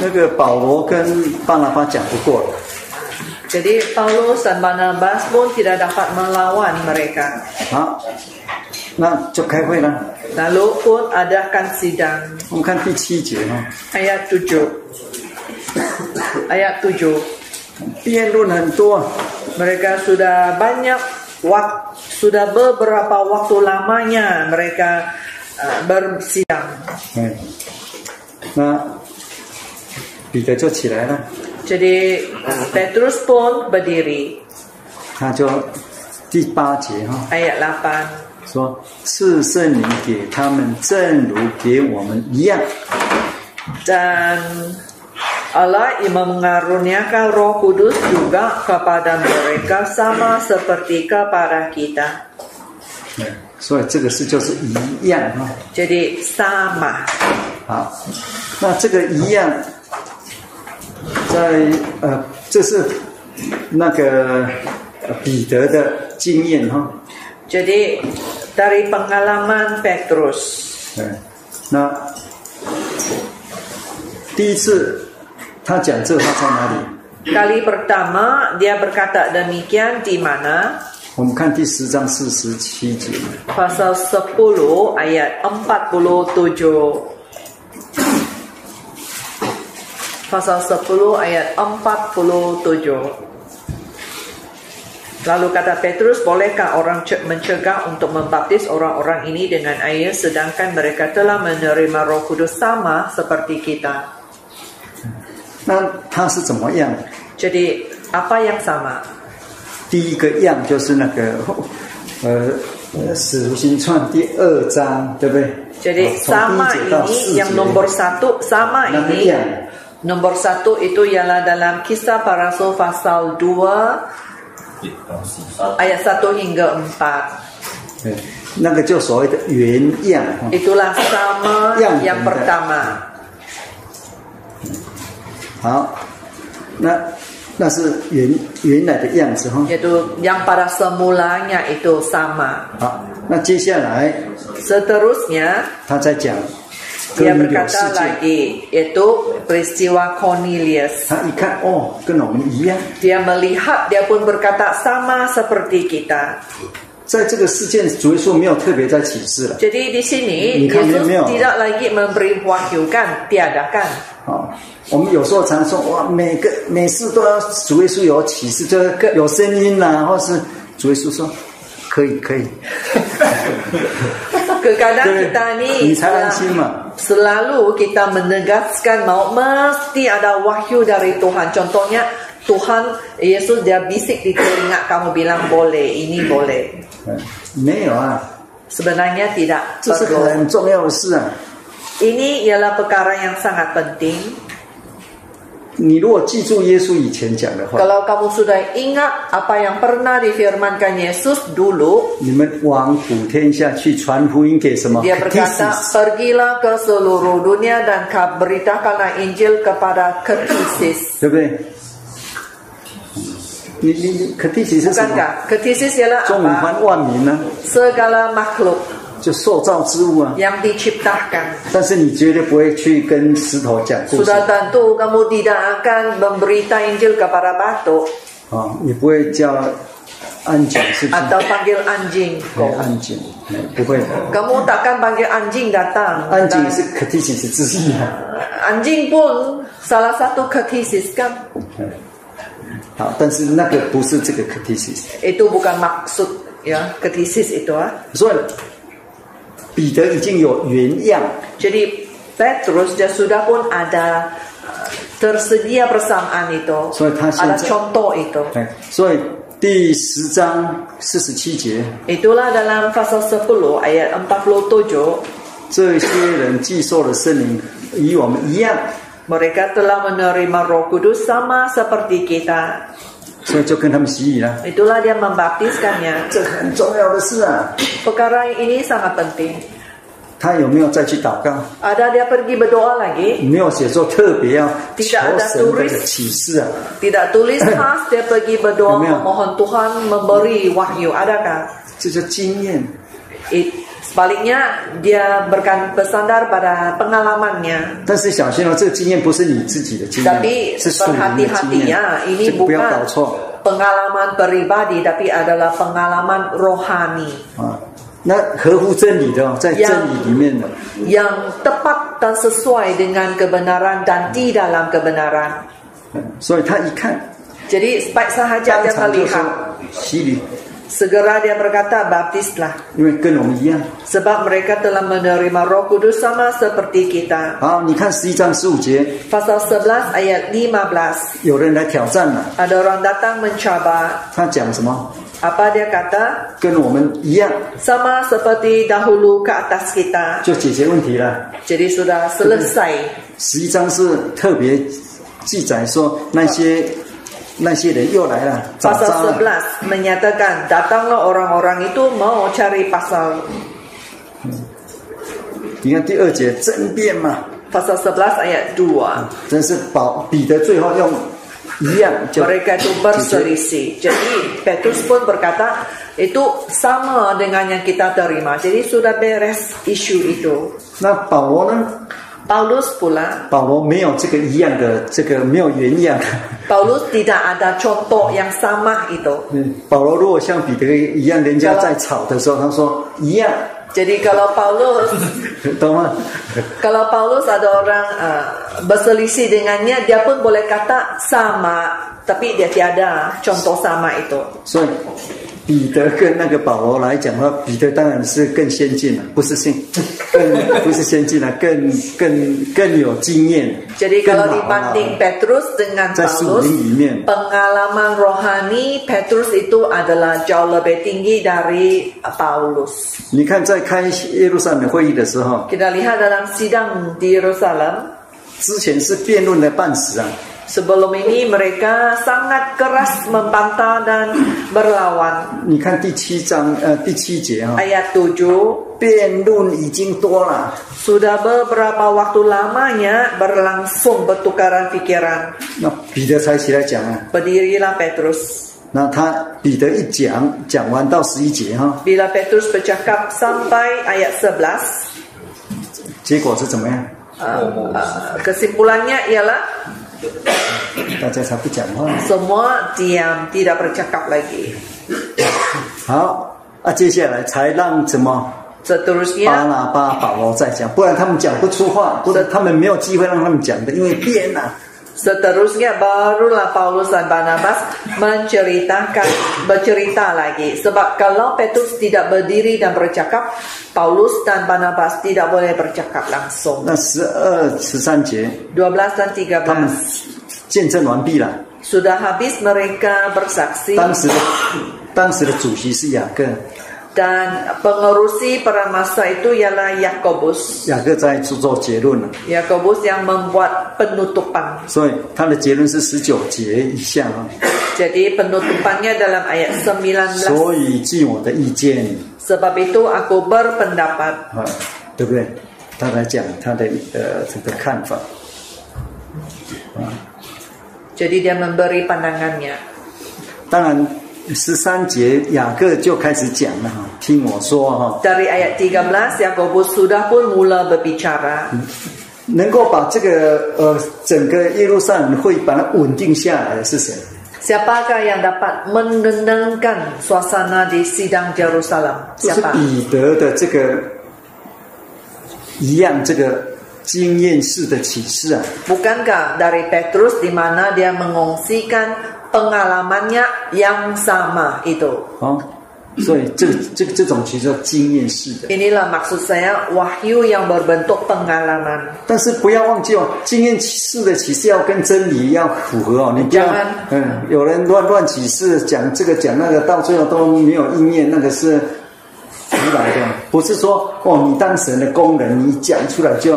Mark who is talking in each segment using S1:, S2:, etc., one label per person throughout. S1: 那个保罗跟巴拿巴讲不过，
S2: Jadi Paulus dan Barnabas pun tidak dapat melawan mereka.
S1: 啊，那就开会了。
S2: Lalu pun adakan sidang
S1: 我们看第七节啊哈、
S2: ayat 7. Ayat 7.
S1: 辩论很多啊，
S2: Mereka sudah banyak waktu sudah beberapa waktu lamanya mereka uh, bersidang.
S1: 嗯，那彼得就起来了，
S2: Jadi Petrus pun berdiri.
S1: 他就第八节哈、
S2: Ayat 8.
S1: 说赐圣灵给他们，正如给我们一样。
S2: dan Allah yang mengaruniakan Roh Kudus juga kepada mereka sama seperti kepada kita.
S1: 嗯，所以这个事就是一样啊。
S2: Jadi sama.
S1: 好，那这个一样，在呃，这是那个呃彼得的经验哈、
S2: Jadi dari pengalaman Petrus.
S1: 嗯，那第一次他讲这话在哪里？
S2: Kali pertama dia berkata demikian di mana?
S1: 我们看第十章四十七节，
S2: Pasal 10 ayat 47. Pasal 10 ayat 47. Lalu kata Petrus, bolehkah orang ce- mencegah untuk membaptis orang-orang ini dengan air sedangkan mereka telah menerima roh kudus sama seperti kita?
S1: 那他是怎么样？
S2: Jadi, apa yang sama?
S1: 第一个样就是那个呃《使徒行传》第二章，对不对？哦
S2: Jadi
S1: 从
S2: sama
S1: 第一节到
S2: ini
S1: 四节
S2: yang nomor satu sama
S1: Nama
S2: ini
S1: yang.
S2: nomor satu itu ialah dalam kisah para rasul pasal 2 ayat 1 hingga 4.
S1: 对，那个就所谓的原样。哦
S2: Itulah sama yang,
S1: Yang benar.
S2: pertama.
S1: 好，那那是原原来的样子哈、哦。
S2: Yaitu yang pada semulanya itu sama.
S1: 好，那接下来
S2: Seterusnya
S1: 他再讲哥
S2: dia
S1: 尼流事
S2: berkata
S1: 件，
S2: lagi yaitu peristiwa Cornelius.
S1: 他一看哦，跟我们一样，
S2: Dia melihat dia pun berkata sama seperti kita.
S1: 在这个事件主耶稣没有特别在启示了。
S2: Jadi di
S1: Ni
S2: sini
S1: kan dia
S2: Yesus
S1: mel.
S2: tidak lagi memberi wahyukan, tiadakan.
S1: 啊，我们有时候常说哇，每个每次都要主耶稣有启示，就是有声音呐、或是主耶稣说可以可以，
S2: Kadang
S1: Dia-
S2: kita ni
S1: ni saran
S2: sel-
S1: Sima.
S2: selalu kita menegaskan mau mesti ada wahyu dari Tuhan. Contohnya Tuhan Yesus dia bisik di telinga kamu bilang boleh, ini boleh.
S1: 嗯，没有啊，
S2: Sebenarnya tidak
S1: 这是个
S2: perlu.
S1: 很重要的事啊。
S2: Ini ialah perkara yang sangat penting.
S1: 你如果记住耶稣以前讲的话，
S2: Kalau kamu sudah ingat apa yang pernah difirmankan Yesus dulu,
S1: 你们往普天下去传福音给什么
S2: Dia berkata, pergilah ke seluruh dunia dan ka- beritakanlah Injil kepada ketisis.
S1: 对不对？你你你，可地其是什么？
S2: Bukankah? Ketisis ialah
S1: 众
S2: apa?
S1: 凡万民呢、
S2: Segala makhluk
S1: 就受造之物啊。
S2: yang diciptakan.
S1: 但是你绝对不会去跟石头讲故事
S2: Sudah tentu kamu tidak akan memberita Injil kepada batu
S1: 啊，你不会叫安井是不是？
S2: atau panggil anjing.
S1: 对安井，没不会的。
S2: Kamu takkan panggil anjing datang.
S1: 安井
S2: Dan
S1: 是可地其是之一啊。
S2: anjing pun salah satu ketisis kan?
S1: 嗯好，但是那个不是这个可地其是。
S2: Itu bukan maksud ya ketisis itu. ah.
S1: 所以彼得已经有原样，
S2: Jadi Petrus dia sudah pun ada uh, tersedia persamaan itu,
S1: So, dia
S2: ada
S1: sudah-
S2: contoh itu.
S1: 哎，所以第十章四十七节，
S2: Itulah dalam pasal 10 ayat 47,
S1: 这些人既受了圣灵，与我们一样，
S2: mereka telah menerima Roh Kudus sama seperti kita.
S1: 所以就跟他们洗礼了。
S2: Itulah dia membaptiskannya.
S1: 这很重要的事啊！
S2: Perkara ini sangat penting.
S1: 他有没有再去祷告？
S2: Ada dia pergi berdoa lagi,
S1: 没有写作特别要求神的启示啊，
S2: tidak tulis khas dia pergi berdoa
S1: Amin.
S2: memohon Tuhan memberi wahyu. Adakah?
S1: 这叫经验。
S2: It, Baliknya dia berkan bersandar pada pengalamannya.
S1: 但是小心哦，这个经验不是你自己的经验，
S2: Tapi
S1: 是属灵的经
S2: berhati-hati
S1: 验
S2: ya,
S1: 这
S2: ini
S1: 啊个不要搞
S2: bukan
S1: 错
S2: pengalaman pribadi, tapi adalah pengalaman rohani
S1: 啊。那合乎真理的哦，在
S2: 呀
S1: 真理里面的，
S2: yang tepat dan sesuai dengan kebenaran dan di dalam kebenaran.
S1: 嗯所以他一看，
S2: Jadi baik sahaja
S1: 当
S2: dia
S1: 场就说
S2: melihat,
S1: 洗礼，
S2: segera dia berkata baptislah,
S1: 因为跟我们一样。
S2: sebab mereka telah menerima Roh Kudus sama seperti kita.
S1: 好，你看十一章十五节，
S2: Pasal 11 ayat 15.
S1: 有人来挑战了，
S2: Ada orang datang mencabar.
S1: 他讲什么？
S2: Apa dia kata?
S1: 跟我们一样，
S2: Sama seperti dahulu ke atas kita.
S1: 就解决问题了。
S2: Jadi sudah selesai.
S1: 十一章是特别记载说那些那些人又来了，找渣
S2: Pasal
S1: 了。
S2: 11 menyatakan datanglah orang-orang itu mau cari pasal
S1: 你看第二节争辩嘛，
S2: pasal 11 ayat 2.
S1: 真是保彼得最后用一样就
S2: Mereka
S1: 解
S2: itu
S1: 决
S2: berselisih. Jadi Petrus pun berkata itu sama dengan yang kita terima. Jadi sudah beres isu itu.
S1: 那保罗呢？
S2: Paulus pula
S1: 保罗没有这个一样的，这个没有原样。
S2: Paulus tidak ada contoh yang sama itu.
S1: 嗯，保罗如果像彼得一样，人家在吵的时候，他说一样，
S2: Jadi kalau Paulus
S1: 懂吗？
S2: Kalau Paulus ada orang uh, berselisih dengannya, dia pun boleh kata sama, tapi dia tiada contoh sama itu.
S1: 所以彼得跟那个保罗来讲的话，彼得当然是更先进了，不是先 更不是先进了，更更更有经验，
S2: Jadi
S1: 更老
S2: kalau
S1: 了
S2: dibanding Petrus dengan
S1: Kan Saya
S2: Paulus,
S1: suri ini.
S2: pengalaman rohani Petrus itu adalah jauh lebih tinggi dari uh, Paulus.
S1: 你看，在开耶路撒冷会议的时候，
S2: Kita lihat dalam sidang di Yerusalem,
S1: 之前是辩论的半死啊，
S2: sebelum ini mereka sangat keras membantah dan berlawan.
S1: 你看第七章呃第七节啊、
S2: Ayat 7
S1: 辩论已经多了，
S2: Sudah beberapa waktu lamanya berlangsung bertukaran pikiran.
S1: 那彼得才起来讲啊，
S2: Berdirilah Petrus.
S1: 那他彼得一讲，讲完到十一节哈、
S2: Bila Petrus bercakap sampai ayat 11,
S1: 结果是怎么样？
S2: uh, uh, kesimpulannya ialah
S1: 大家才不讲话。
S2: semua diam, tidak bercakap lagi.
S1: 好，啊，接下来才让怎么巴
S2: Seterusnya
S1: 拿巴、保罗再讲，不然他们讲不出话，不然他们没有机会让他们讲的，因为变了、
S2: Seterusnya barulah Paulus dan Barnabas menceritakan bercerita lagi sebab kalau Petrus tidak berdiri dan bercakap, Paulus dan Barnabas tidak boleh bercakap langsung.
S1: 那十二、十三节，
S2: 12 dan 13.
S1: 他们见证完毕了。
S2: Sudah habis mereka bersaksi
S1: 当时的当时的主席是雅各，
S2: dan pengerusi peran masa itu ialah Yakobus.
S1: 雅各在做做结论了，
S2: Yakobus yang membuat penutupan.
S1: 所以他的结论是十九节以下啊。
S2: Jadi penutupannya dalam ayat 19.
S1: 所以据我的意见
S2: Sebab itu aku berpendapat.
S1: 啊，对不对？他来讲他的呃这个看法。
S2: Jadi dia memberi pandangannya.
S1: 当然，十三节雅各就开始讲了哈，听我说哈，
S2: Dari ayat 13 Yakobus sudah pun mula berbicara.
S1: 能够把这个呃整个耶路撒冷会把它稳定下来的是谁？
S2: Siapakah yang dapat menenangkan suasana di sidang Jerusalem?
S1: 就是
S2: Siapa?
S1: 彼得的这个一样这个经验式的启示啊，
S2: Bukankah dari Petrus di mana dia mengungsikan pengalamannya yang sama itu?
S1: 哦，所以这个这个这种其实叫经验式的，
S2: Inilah maksud saya wahyu yang berbentuk pengalaman.
S1: 但是不要忘记哦，经验式的启示要跟真理要符合哦，你不要
S2: 当然
S1: 嗯，有人乱乱启示讲这个讲那个，到最后都没有应验，那个是胡来的，不是说哦你当神的工人，你讲出来就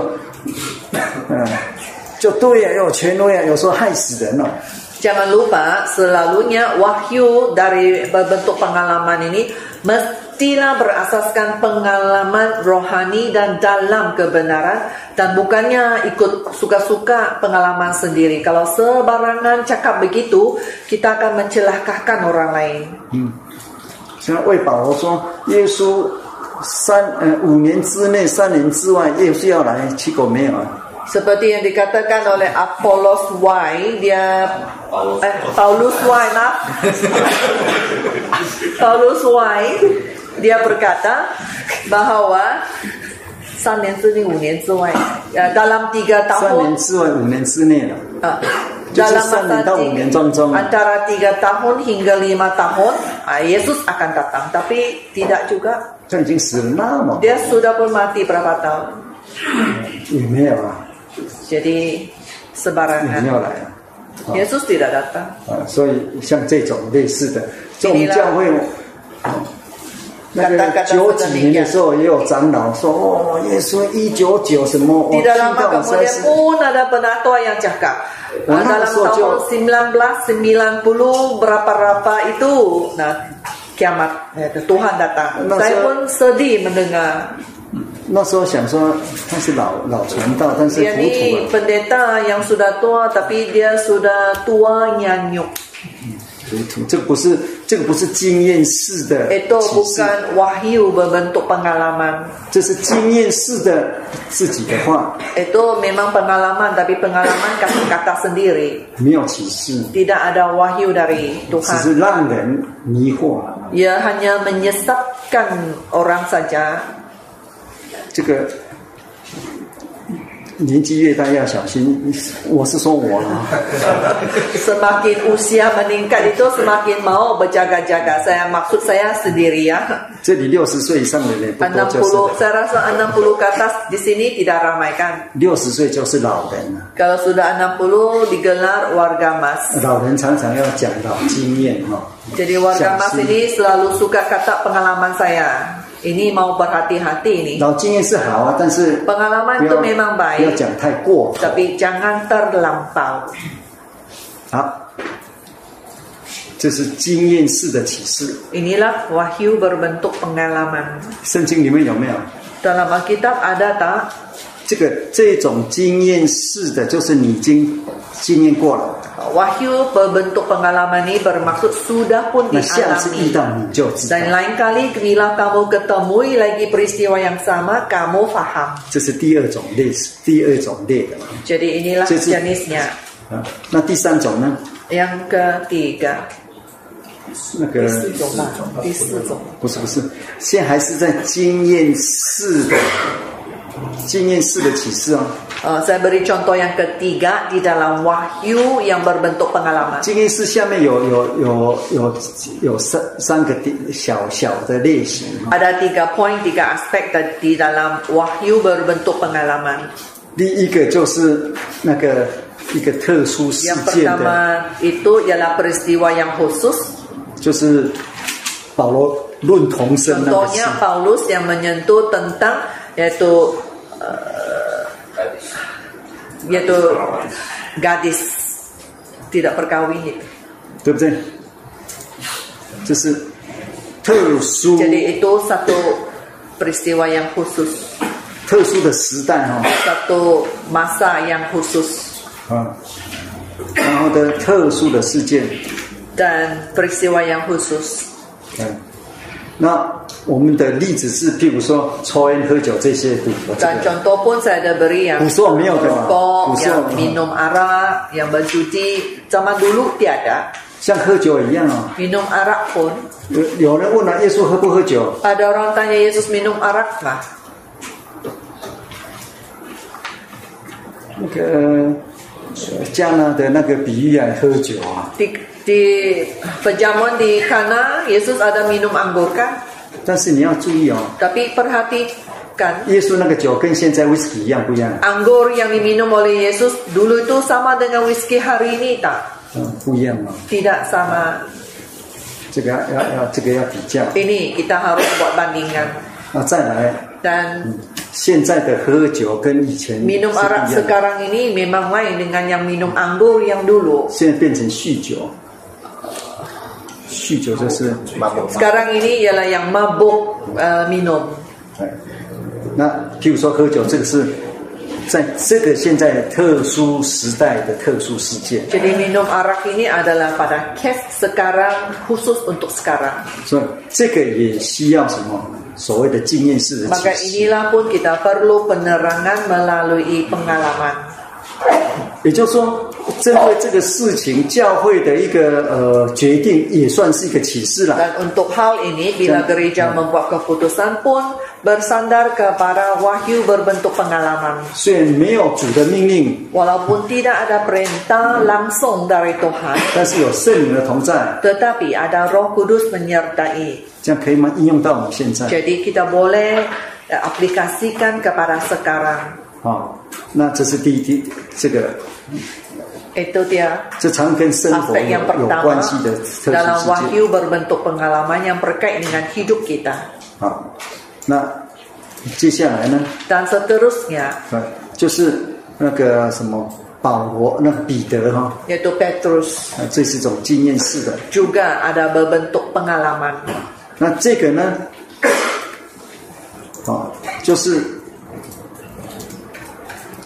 S1: 嗯就对呀、有权威啊，有时候害死人了、哦。
S2: Jangan lupa selalunya wahyu dari berbentuk pengalaman ini mestilah berasaskan pengalaman rohani dan dalam kebenaran dan bukannya ikut suka-suka pengalaman sendiri. Kalau sebarangan cakap begitu, kita akan mencelakakan orang lain.
S1: 现在为保罗说，耶稣三呃五年之内、三年之外又是要来，结果没有啊。
S2: Seperti yang dikatakan oleh Apollos Y, dia eh, Paulus Y, maaf. Paulus Y, dia berkata bahwa 三年之内、五年之外, eh, dalam tiga
S1: 三
S2: tahun
S1: 年之外、五年之内了，
S2: Ah,
S1: Yesus
S2: dalam
S1: sang
S2: masa
S1: minta
S2: tiga-
S1: umian condong.
S2: antara tiga tahun hingga lima tahun ah, Yesus akan datang tapi tidak juga
S1: 他已经死了那么
S2: dia sudah pun mati berapa tahun
S1: 也没有啊，
S2: jadi
S1: 也没
S2: sebarangan
S1: 有来啊。
S2: Yesus tidak datang
S1: 啊，所以像这种类似的，所以我们教会，哦那个九几年的时候也有长老说，哦，耶稣一九九什么，哦我
S2: di
S1: 听
S2: dalam
S1: 到我
S2: maka
S1: 三
S2: kemudian
S1: 十，
S2: pun ada penatua yang cakap
S1: Oh,
S2: ah, dalam
S1: so,
S2: tahun
S1: Jo.
S2: 1990 berapa-berapa itu nah kiamat eh, Tuhan datang
S1: Nah,
S2: saya
S1: so-
S2: pun sedih mendengar
S1: 那时候想说他是老老传道，但是
S2: Dia
S1: 糊
S2: ni
S1: 涂
S2: pendeta yang sudah tua tapi dia sudah tua nyanyuk.
S1: 啊，糊涂，这不是这个不是经验式的
S2: Itu
S1: 启示，
S2: bukan wahyu berbentuk pengalaman.
S1: 这是经验式的自己的话，
S2: Itu memang pengalaman tapi pengalaman kata-kata sendiri.
S1: 没有启示，
S2: Tidak ada wahyu dari
S1: 只
S2: Tuhan.
S1: 是让人迷惑。
S2: Ia hanya menyesatkan orang saja.
S1: 这个嗯年纪越大要小心，我是说我啊。
S2: Semakin usia meningkat itu semakin mau berjaga-jaga. Saya maksud saya sendiri ya.
S1: 这里六十岁以上的人也不多，就是
S2: 60 saya rasa 60 ke atas di sini tidak ramai kan.
S1: 六十岁就是老人啊了。
S2: Kalau sudah 60 digelar warga mas.
S1: 老人常常要讲老经验哈、
S2: Jadi warga mas
S1: Saksi.
S2: ini selalu suka kata pengalaman saya. Ini mau berhati-hati ini.
S1: 老经验是好啊，但是
S2: Pengalaman
S1: 不
S2: itu
S1: 要
S2: memang
S1: 不要
S2: baik,
S1: 讲太过头
S2: tapi jangan terlampau.
S1: 好，这是经验式的启示。
S2: Inilah wahyu berbentuk pengalaman.
S1: 圣经里面有没有
S2: Dalam Alkitab ada tak
S1: 这个这种经验式的，就是你已经经验过了，
S2: wahyu berbentuk pengalaman ini bermaksud sudah pun
S1: 那下次遇
S2: dialami.
S1: 到你就知道，
S2: Dan lain kali bila kamu ketemui lagi peristiwa yang sama, kamu faham.
S1: 这是第二种类，第二种类的
S2: Jadi inilah
S1: Jadi-
S2: jenisnya.
S1: 啊。那第三种呢？
S2: Yang ketiga,
S1: 那个
S2: di situ, Pak. Di situ.
S1: 不是不是，现在还是在经验式的经验式的启示哦。
S2: Uh, saya beri contoh yang ketiga di dalam wahyu yang berbentuk pengalaman.
S1: 经验式下面有有有有有三三个点小小的类型哈。
S2: Ada tiga poin, tiga aspek da- di dalam wahyu berbentuk pengalaman.
S1: 第一个就是那个一个特殊事
S2: Yang
S1: 件的，
S2: pertama itu ialah peristiwa yang khusus.
S1: 就是保罗论童生那个事
S2: Contohnya Paulus yang menyentuh tentang yaitu uh, yaitu gadis tidak berkawin.
S1: 对不对？这是特殊
S2: Jadi itu satu peristiwa yang khusus,
S1: 特殊的时代哈、
S2: satu masa yang khusus.
S1: 啊，然后的特殊的事件，
S2: dan peristiwa yang khusus.
S1: 嗯，那我们的例子是，譬如说抽烟、喝酒这些，对不
S2: Dan
S1: 对？
S2: contoh pun saya ada beri yang
S1: Usum, ya, Pak.
S2: merokok,
S1: Usum.
S2: yang minum arak, yang berjudi. Zaman dulu tiada.
S1: 像喝酒一样啊、
S2: Minum arak pun.
S1: 有有人问了耶稣喝不喝酒，
S2: Ada orang tanya Yesus minum arak nggak?
S1: 那个呃加拿的那个比喻啊，喝酒啊，
S2: Di, di perjamuan di Kana, Yesus ada minum anggur kan?
S1: 但是你要注意哦，
S2: Tapi perhatikan,
S1: 耶稣那个酒跟现在 whisky 一样不一样？啊
S2: anggur yang diminum oleh Yesus dulu itu sama dengan whisky hari ini tak?
S1: 嗯，不一样啊，
S2: Tidak sama.
S1: 这个要要要这个要比较
S2: Ini kita harus buat bandingan.
S1: 啊。再来，
S2: Dan
S1: 现在的喝酒跟以前是不一
S2: Minum
S1: 样
S2: arak
S1: 的，
S2: sekarang ini memang lain dengan yang minum anggur yang dulu.
S1: 现在变成酗酒，酗酒就是。
S2: Sekarang ini ialah yang mabuk uh, minum.
S1: 哎，那譬如说喝酒，这个是在这个现在特殊时代的特殊事件，
S2: Jadi minum arak ini adalah pada kes sekarang khusus untuk sekarang.
S1: 所以这个也需要什么所谓的经验式的启
S2: Maka
S1: 示。
S2: inilah pun kita perlu penerangan melalui pengalaman.
S1: 也就是说，针对这个事情，教会的一个呃决定，也算是一个启示了。
S2: Dan untuk hal ini, bila gereja membuat keputusan pun bersandar kepada wahyu berbentuk pengalaman.
S1: 虽然没有主的命令，
S2: Walaupun tidak ada perintah langsung dari Tuhan,
S1: 但是有圣灵的同在，
S2: tetapi ada Roh Kudus menyertai.
S1: 这样可以吗？应用到我们现在
S2: Jadi kita boleh eh, aplikasikan kepada sekarang.
S1: 啊、那这是第一第这个，
S2: Itu dia
S1: 这常跟生活
S2: aspek
S1: 有
S2: yang
S1: 有
S2: pertama
S1: 关系的特殊
S2: dalam
S1: 之间
S2: wahyu berbentuk pengalaman yang berkait dengan hidup kita.
S1: 啊。那接下来呢？
S2: Dan seterusnya
S1: 呃，就是那个什么保罗，那个彼得哈、
S2: yaitu Petrus
S1: 啊，这是一种经验式的。
S2: juga ada berbentuk pengalaman.
S1: 那这个呢，哦，就是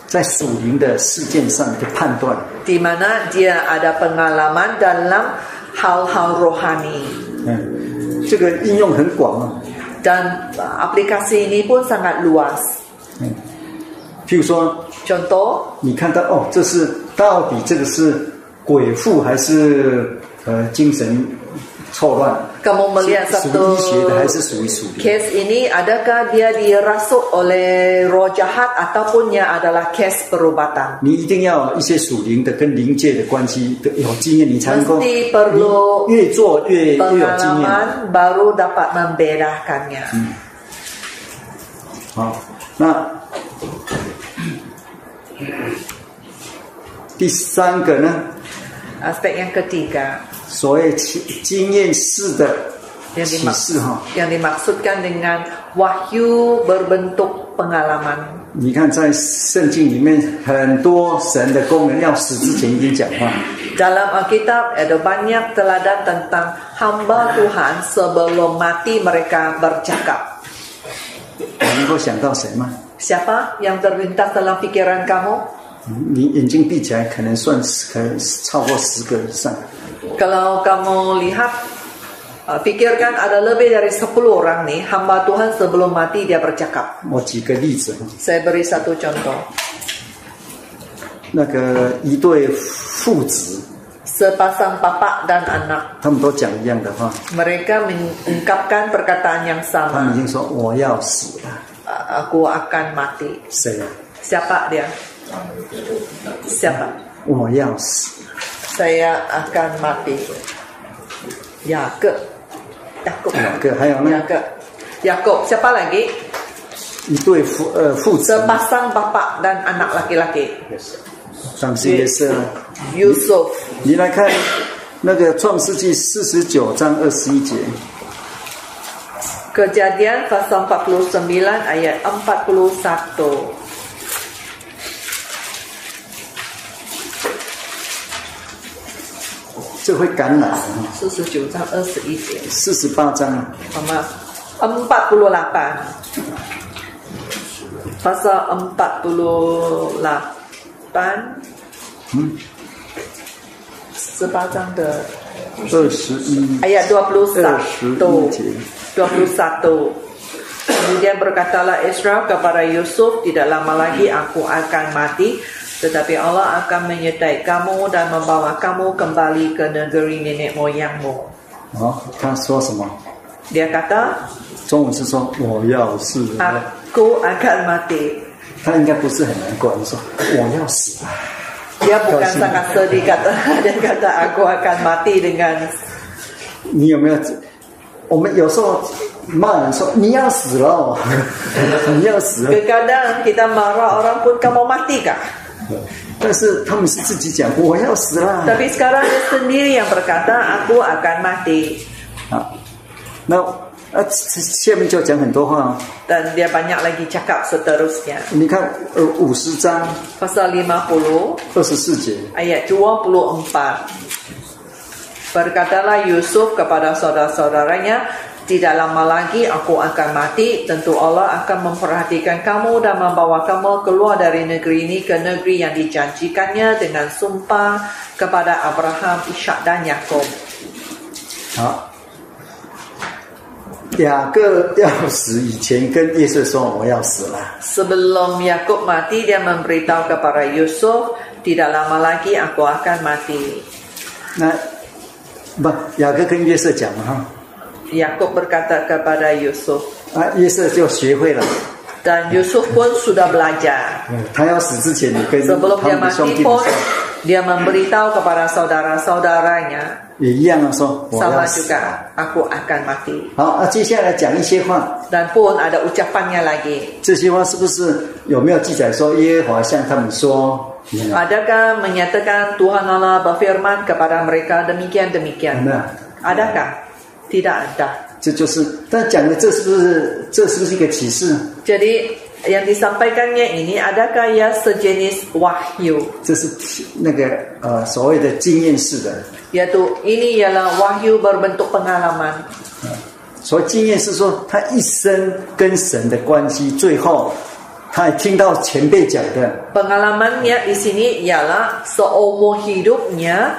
S1: 在属灵的事件上的判断。
S2: Di mana dia ada pengalaman dalam hal-hal rohani.
S1: 嗯，这个应用很广啊。
S2: Dan aplikasi ini pun sangat luas.
S1: 譬如说，
S2: Contoh,
S1: 你看到哦，这是到底这个是鬼附还是呃精神错乱？
S2: kamu melihat
S1: 是属于医
S2: satu
S1: 学的还是属于属灵？
S2: Kes ini adakah dia dirasuk oleh roh jahat atapunnya adalah kes perubatan?
S1: 你一定要有一些属灵的跟灵界的关系的有经验，你才能够
S2: Mesti perlu
S1: 越做越越有经验啊、
S2: pengalaman baru dapat membedakannya.
S1: 好那第三个呢，
S2: Aspek yang ketiga
S1: 所谓经经验式的
S2: yang,
S1: 启
S2: dimak-
S1: 示哈，
S2: yang dimaksudkan dengan wahyu berbentuk pengalaman.
S1: 你看在圣经里面很多神的功能要死之前已经讲话，
S2: Dalam Alkitab ada banyak teladan tentang hamba Tuhan sebelum mati mereka bercakap.
S1: 你能够想到谁吗？
S2: Siapa yang terlintas dalam pikiran kamu?
S1: 你眼睛闭起来，可能算是可能超过十个以上。
S2: Kalau kamu lihat uh, Pikirkan ada lebih dari 10 orang nih Hamba Tuhan sebelum mati dia bercakap
S1: 我举个例子哈。
S2: Saya beri satu contoh
S1: 那个一对父子，
S2: Sepasang bapak dan anak
S1: 他们都讲一样的话，
S2: Mereka mengungkapkan perkataan yang
S1: 他们
S2: sama
S1: 已经说我要死了，
S2: "A- Aku akan mati
S1: 谁啊？
S2: Siapa dia? Siapa?
S1: 我要死。
S2: Saya akan mati Yakub Yakub
S1: 两个还有呢，
S2: Yakub Yakub Siapa lagi?
S1: 一对父呃父子，
S2: Sepasang bapak dan anak laki-laki
S1: 当时也是。啊
S2: Yusuf
S1: 你来看那个《创世纪四十九章二十一节，
S2: Kejadian pasal 49 ayat 41.
S1: 这会感染。啊
S2: 49章21节。
S1: 四十八章啊，
S2: Sama 48. Pasal 48.
S1: Hmm.
S2: 18章的
S1: 二十一
S2: ayat
S1: 二
S2: 21.
S1: 十一节，
S2: 21. Kemudian berkatalah Israel kepada Yusuf, tidak lama lagi aku akan mati, tetapi Allah akan menyertai kamu dan membawa kamu kembali ke negeri nenek moyangmu.
S1: 哦，他说什么？
S2: Dia kata,
S1: 中文是说我要死了，
S2: aku akan mati.
S1: 他应该不是很难过，你说我要死了。啊
S2: Dia bukan
S1: Kau sini.
S2: sangat sedih kata dia kata aku akan mati dengan
S1: 你有没有？我们有时候骂人说你要死了哦， 你要死了，
S2: Kadang kita marah orang pun kamu mati kah?
S1: 但是他们是自己讲我要死了
S2: Tapi sekarang dia sendiri yang berkata aku akan mati
S1: 啊。那啊，下面就讲很多话哦。
S2: dan dia banyak lagi cakap seterusnya.
S1: 你看，呃，五十章
S2: Pasal 50
S1: 二十四节，
S2: ayat 24. Berkatalah Yusuf kepada saudara-saudaranya, tidak lama lagi aku akan mati, tentu Allah akan memperhatikan kamu dan membawa kamu keluar dari negeri ini ke negeri yang dijanjikannya dengan sumpah kepada Abraham, Ishak dan Yakub.
S1: 好，雅各要死以前，跟约瑟说：“我要死了。
S2: Sebelum Yakub mati, dia memberitahu kepada Yusuf, tidak lama lagi aku akan mati. ”
S1: 那不，雅各跟约瑟讲了哈，
S2: Yakub berkata kepada Yusuf,
S1: 啊，约瑟就学会了。
S2: dan Yusuf pun sudah belajar.
S1: 他要死之前，你跟
S2: Sebelum
S1: 他
S2: dia
S1: 们的兄
S2: mati
S1: 弟们
S2: pun,
S1: 说
S2: dia memberitahu kepada saudara-saudaranya,
S1: 也一样的啊说：“我
S2: sama
S1: 要死。
S2: juga, aku akan mati. ”
S1: 好，啊，接下来讲一些话，
S2: Dan pun ada ucapannya lagi.
S1: 这些话是不是有没有记载说耶和华向他们说？没有，
S2: Adakah menyatakan Tuhan Allah berfirman kepada mereka demikian-demikian?
S1: 没有，
S2: Adakah? Tidak ada.
S1: 这就是。但讲的这是不是这是不是一个启示？
S2: Jadi yang disampaikannya ini adakah ia sejenis wahyu?
S1: 这是体那个呃所谓的经验式的。
S2: Yaitu ini ialah wahyu berbentuk pengalaman.
S1: 所以经验是说，他一生跟神的关系，最后他也听到前辈讲的，
S2: Pengalamannya di sini ialah seumur hidupnya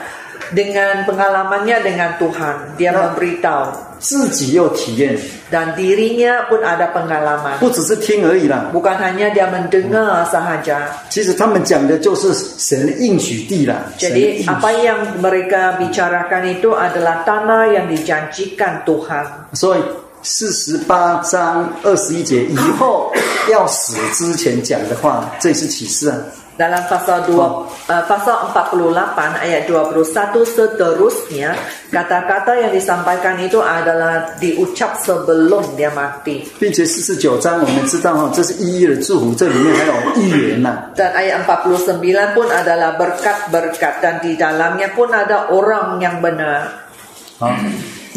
S2: dengan pengalamannya dengan Tuhan. Dia
S1: Nah.
S2: memberitahu
S1: 自己又体验，
S2: dan dirinya pun ada pengalaman.
S1: 不只是听而已啦。
S2: Bukan hanya dia mendengar sahaja.
S1: 其实他们讲的就是神的应许地啦，神的应许。
S2: Jadi apa yang mereka bicarakan itu adalah tanah yang dijanjikan Tuhan.
S1: 所以四十八章二十一节以后要死之前讲的话，这也是启示啊。
S2: Dalam pasal 2 eh, pasal 48 ayat 21 seterusnya kata-kata yang disampaikan itu adalah diucap sebelum dia mati.
S1: 并且四十九章我们知道哈、哦，这是一一的祝福，这里面还有预言呐、
S2: Dan ayat 49 pun adalah berkat-berkat dan di dalamnya pun ada orang yang benar.
S1: 好，啊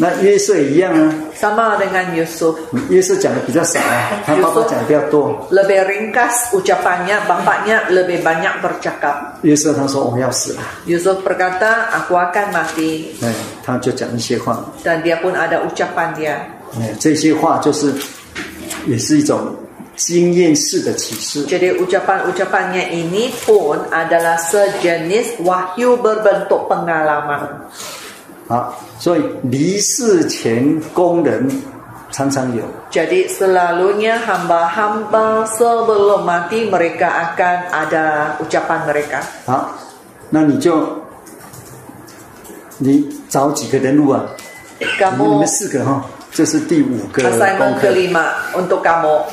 S1: 那约瑟也一样啊，
S2: Sama dengan Yusuf.
S1: 约瑟讲的比较少啊，他爸爸讲的比较多。
S2: Lebih ringkas ucapannya, bapaknya lebih banyak bercakap.
S1: 约瑟他说我要死了，
S2: Yusuf berkata, aku akan mati.
S1: 哎，他就讲一些话，
S2: Dan dia pun ada ucapan dia.
S1: 哎，这些话就是也是一种经验式的启示。
S2: Jadi ucapan-ucapannya ini pun adalah sejenis wahyu berbentuk pengalaman.
S1: 好，啊所以离世前工人常常有，
S2: Jadi selalunya hamba-hamba sebelum mati mereka akan ada ucapan mereka.
S1: 好，啊那你就你找几个人物啊？你你
S2: Kamu
S1: 们四个哈、这是第五个
S2: assignment
S1: 功课。
S2: kelima untuk kamu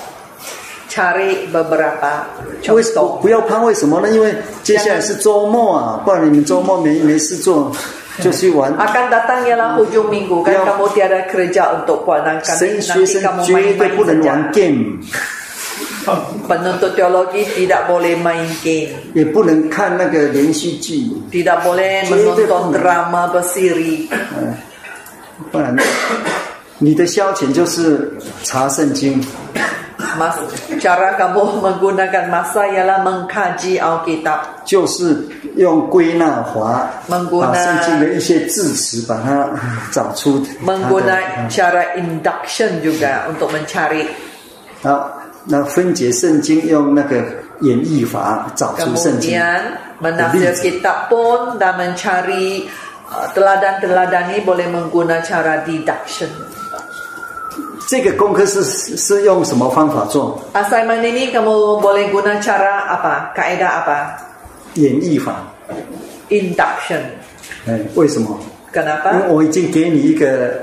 S2: cari beberapa
S1: 为什么
S2: contoh.
S1: 不要怕？为什么呢？因为接下来是周末啊，不然你们周末没没事做，就去玩。
S2: Akan datang ialah hujung minggu kan
S1: Ya.
S2: kamu tiada kerja untuk puanan
S1: 神
S2: kami
S1: 学
S2: nanti
S1: 生
S2: kamu
S1: 绝对
S2: main-main
S1: 不能
S2: saja.
S1: 玩 game，
S2: Penuntut teologi tidak boleh main game.
S1: 也不能看那个连续剧，
S2: Tidak boleh
S1: Jadi
S2: menonton
S1: pun-
S2: drama bersiri.
S1: 不然你的消遣就是查圣经。
S2: Mas, cara kamu menggunakan masa ialah mengkaji Alkitab.
S1: 就是用归纳法，
S2: Mengguna-
S1: 把圣经的一些字词把它找出它的。嗯
S2: Menggunakan cara induction juga untuk mencari.
S1: 啊，那分解圣经用那个演绎法找出圣经。
S2: Kemudian menafsir kitab pun dan mencari uh, teladan-teladan ini boleh menggunakan cara deduction.
S1: 这个功课是是用什么方法做？
S2: Assignment ini kamu boleh guna cara apa? Kaedah apa?
S1: 演绎法。
S2: Induction.
S1: 哎，为什么？因
S2: Kenapa?
S1: 为我已经给你一个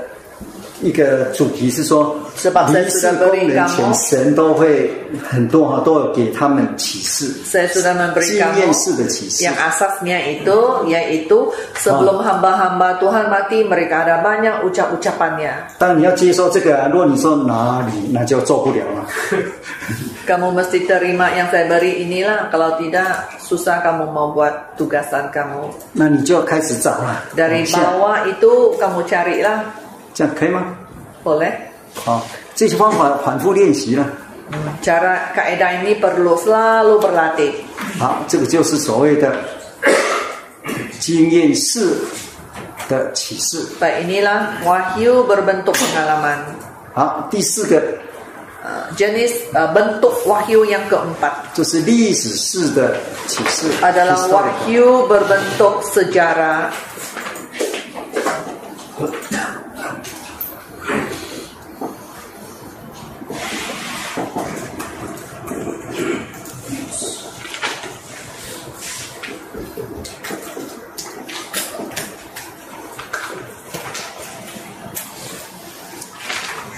S1: 一个主题是说，
S2: Sebab
S1: 离
S2: saya
S1: 世
S2: sudah
S1: 工
S2: beri
S1: 人
S2: kamu
S1: 前，神都会很多哈，都有给他们启示，
S2: saya sudah memberi
S1: 经
S2: kamu
S1: 验式的启示
S2: yang。asasnya itu yaitu sebelum hamba-hamba Tuhan mati mereka ada banyak ucap-ucapannya.
S1: 当然你要接受这个、啊，如果你说哪里，那就做不了了。
S2: Kamu mesti terima yang saya beri inilah kalau tidak susah kamu mau buat tugasan kamu.
S1: 那你就开始找了，
S2: Dari
S1: 往下
S2: bawah itu kamu carilah
S1: 这样可以吗？
S2: boleh.
S1: 好、这些方法反复练习了。
S2: Cara kaedah ini perlu selalu berlatih.
S1: 好，这个就是所谓的 经验式的启示。
S2: Baik inilah wahyu berbentuk pengalaman.
S1: 好，第四个
S2: Uh, Jenis uh, bentuk wahyu yang keempat
S1: 就是历史式的启示。
S2: adalah
S1: historical
S2: wahyu berbentuk sejarah
S1: 啊、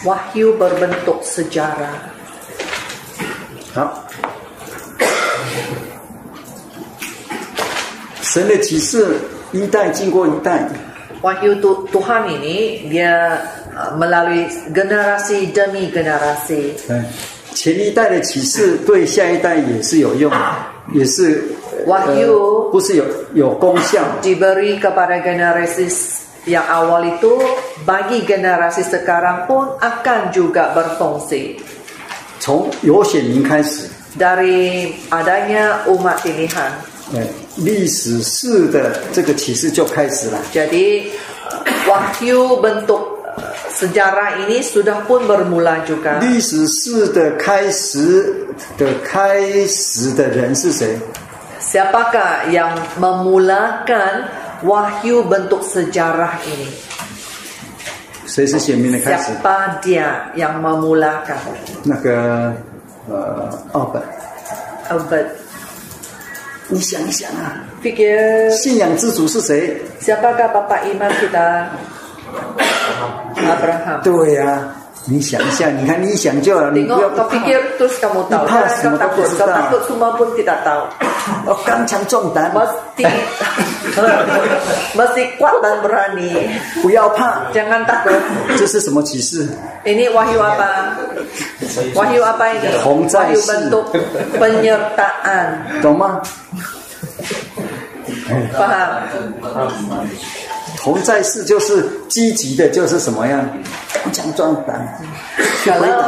S2: Wahyu berbentuk sejarah.
S1: 好，神的启示一代经过一代，
S2: Wahyu tu- Tuhan ini dia uh, melalui generasi demi generasi.
S1: 嗯，前一代的启示对下一代也是有用的，也是
S2: 哇
S1: 呃
S2: 哟
S1: 不是有有功效。
S2: Diberi kepada generasi s- yang awal itu bagi generasi sekarang pun akan juga berfungsi.
S1: 从有选民开始，
S2: Dari adanya umat pilihan.
S1: 嗯，历史式的这个启示就开始了。
S2: Jadi uh, wahyu bentuk uh, sejarah ini sudah pun bermula juga.
S1: 历史式的开始的开始的人是谁？
S2: Siapakah yang memulakan wahyu bentuk sejarah ini?
S1: 谁是选民的开始？
S2: Siapa dia yang memulakan?
S1: 那个呃，奥本，
S2: Albert,
S1: 你想一想啊，
S2: fikir
S1: 信仰之主是谁？
S2: siapakah bapak iman kita? Abraham.
S1: 对呀、你想一下，你看你一想就好，你不
S2: Tengok
S1: 要
S2: kau
S1: 怕
S2: fikir terus kamu tahu.
S1: Lepas,
S2: Jangan
S1: semua tak
S2: kau takut.
S1: boleh
S2: Kau
S1: sedar.
S2: takut semua pun tidak tahu.
S1: 哦，刚强壮胆，
S2: Mesti mesti kuat dan berani.
S1: 不要怕。
S2: Jangan takut.
S1: 这是什么启示？
S2: Ini wahyu apa? Wahyu apa ini?
S1: Hongzai
S2: Wahyu
S1: Si.
S2: bentuk penyertaan.
S1: 懂吗？
S2: Faham?
S1: 同在世就是积极的，就是什么样？刚强壮胆，去回答。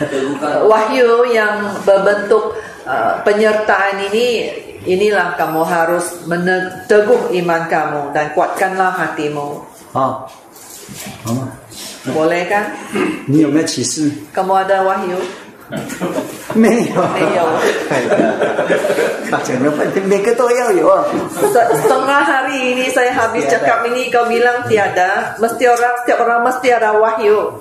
S2: Kalau wahyu yang berbentuk uh, penyertaan ini inilah kamu harus meneguh iman kamu dan kuatkanlah hatimu.
S1: 啊，好吗？
S2: Boleh kan?
S1: 你有没有启示？
S2: Kamu ada wahyu?
S1: 没 有，
S2: 没有。
S1: 讲了半天，每个都要有啊。
S2: Se- Setengah hari ini saya habis cakap ini kau bilang tiada. Mesti orang setiap orang mesti ada wahyu.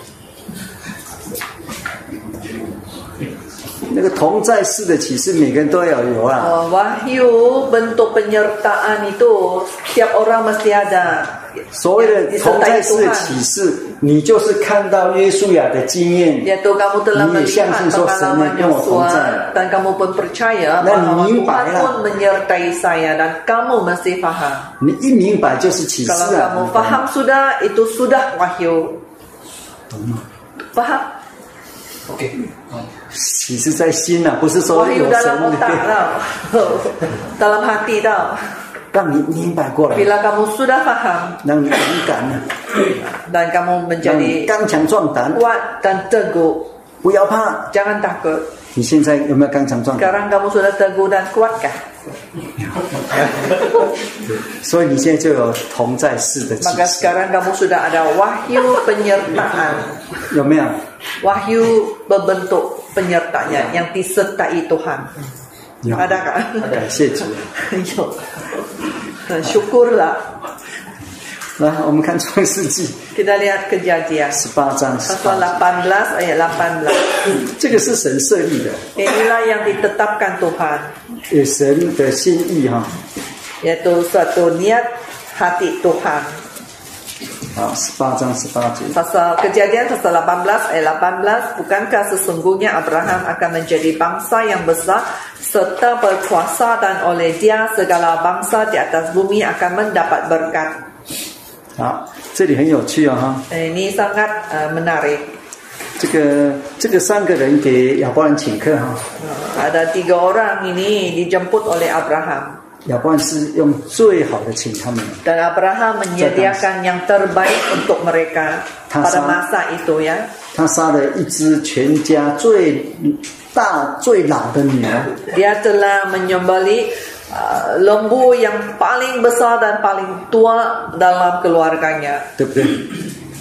S1: 那个同在世的启示，每个人都要有啊。
S2: Oh, wahyu bentuk penyertaan itu setiap orang mesti ada.
S1: 所谓的同在
S2: Disertai
S1: 世的
S2: Tuhan.
S1: 启示，你就是看到约书亚的经验，
S2: Yaitu kamu telah
S1: Ini
S2: melihat
S1: syang sing
S2: pengalaman
S1: sosok
S2: Yosua
S1: sebenarnya.
S2: dan kamu pun percaya
S1: Dan lah.
S2: bahwa Tuhan
S1: menimpailah.
S2: pun menyertai saya dan kamu masih faham.
S1: 你一明白就是启示
S2: Kalau
S1: 啊
S2: kamu。faham sudah, itu sudah wahyu. Faham?
S3: Okey.
S1: 启示在心啊，不是说有
S2: Wahyu
S1: 神
S2: dalam otak
S1: 的，
S2: tau. dalam hati tau.
S1: 让你明白过来，
S2: Bila kamu sudah faham
S1: 让你勇敢啊，
S2: dan
S1: 让
S2: kamu
S1: 你
S2: menjadi
S1: 刚强壮胆，
S2: kuat dan teguh,
S1: 不要怕。
S2: jangan takut.
S1: 你现在有没有刚强壮胆？
S2: Sekarang kamu sudah teguh dan kuatkah?
S1: 所以你现在就有同在世的启
S2: Maka
S1: 示，
S2: sekarang kamu sudah ada wahyu penyertaan.
S1: 有没有？
S2: Wahyu berbentuk penyertanya yang disertai Tuhan.
S1: 有，
S2: Ada kah?
S1: 感谢主。
S2: Yo. Eh, Syukurlah.
S1: 来，我们看创世纪
S2: Kita lihat kejadian.
S1: 十八章十
S2: Pasal
S1: 八，
S2: 18 ayat 18.
S1: 这个是神设立的，
S2: Inilah yang ditetapkan Tuhan.
S1: 有神的心意哈、
S2: Yaitu suatu niat hati Tuhan.
S1: 好，啊十八章十八节，
S2: Pasal kejadian pasal 18 ayat 18. Bukankah sesungguhnya Abraham akan menjadi bangsa yang besar serta berkuasa dan oleh dia segala bangsa di atas bumi akan mendapat berkat.
S1: 好，啊这里很有趣哦哈。
S2: Eh, Ini sangat eh, menarik.
S1: 这个这个三个人给亚伯兰请客哈，
S2: Eh, Ada tiga orang ini dijemput oleh Abraham
S1: 亚伯兰是用最好的请他们，
S2: dan Abraham menyediakan yang terbaik untuk mereka pada
S1: Tasam.
S2: masa itu ya.
S1: 他杀了一只全家最大最老的牛，
S2: Dia telah menyembeli eh, lembu yang paling besar dan paling tua dalam keluarganya.
S1: 对不对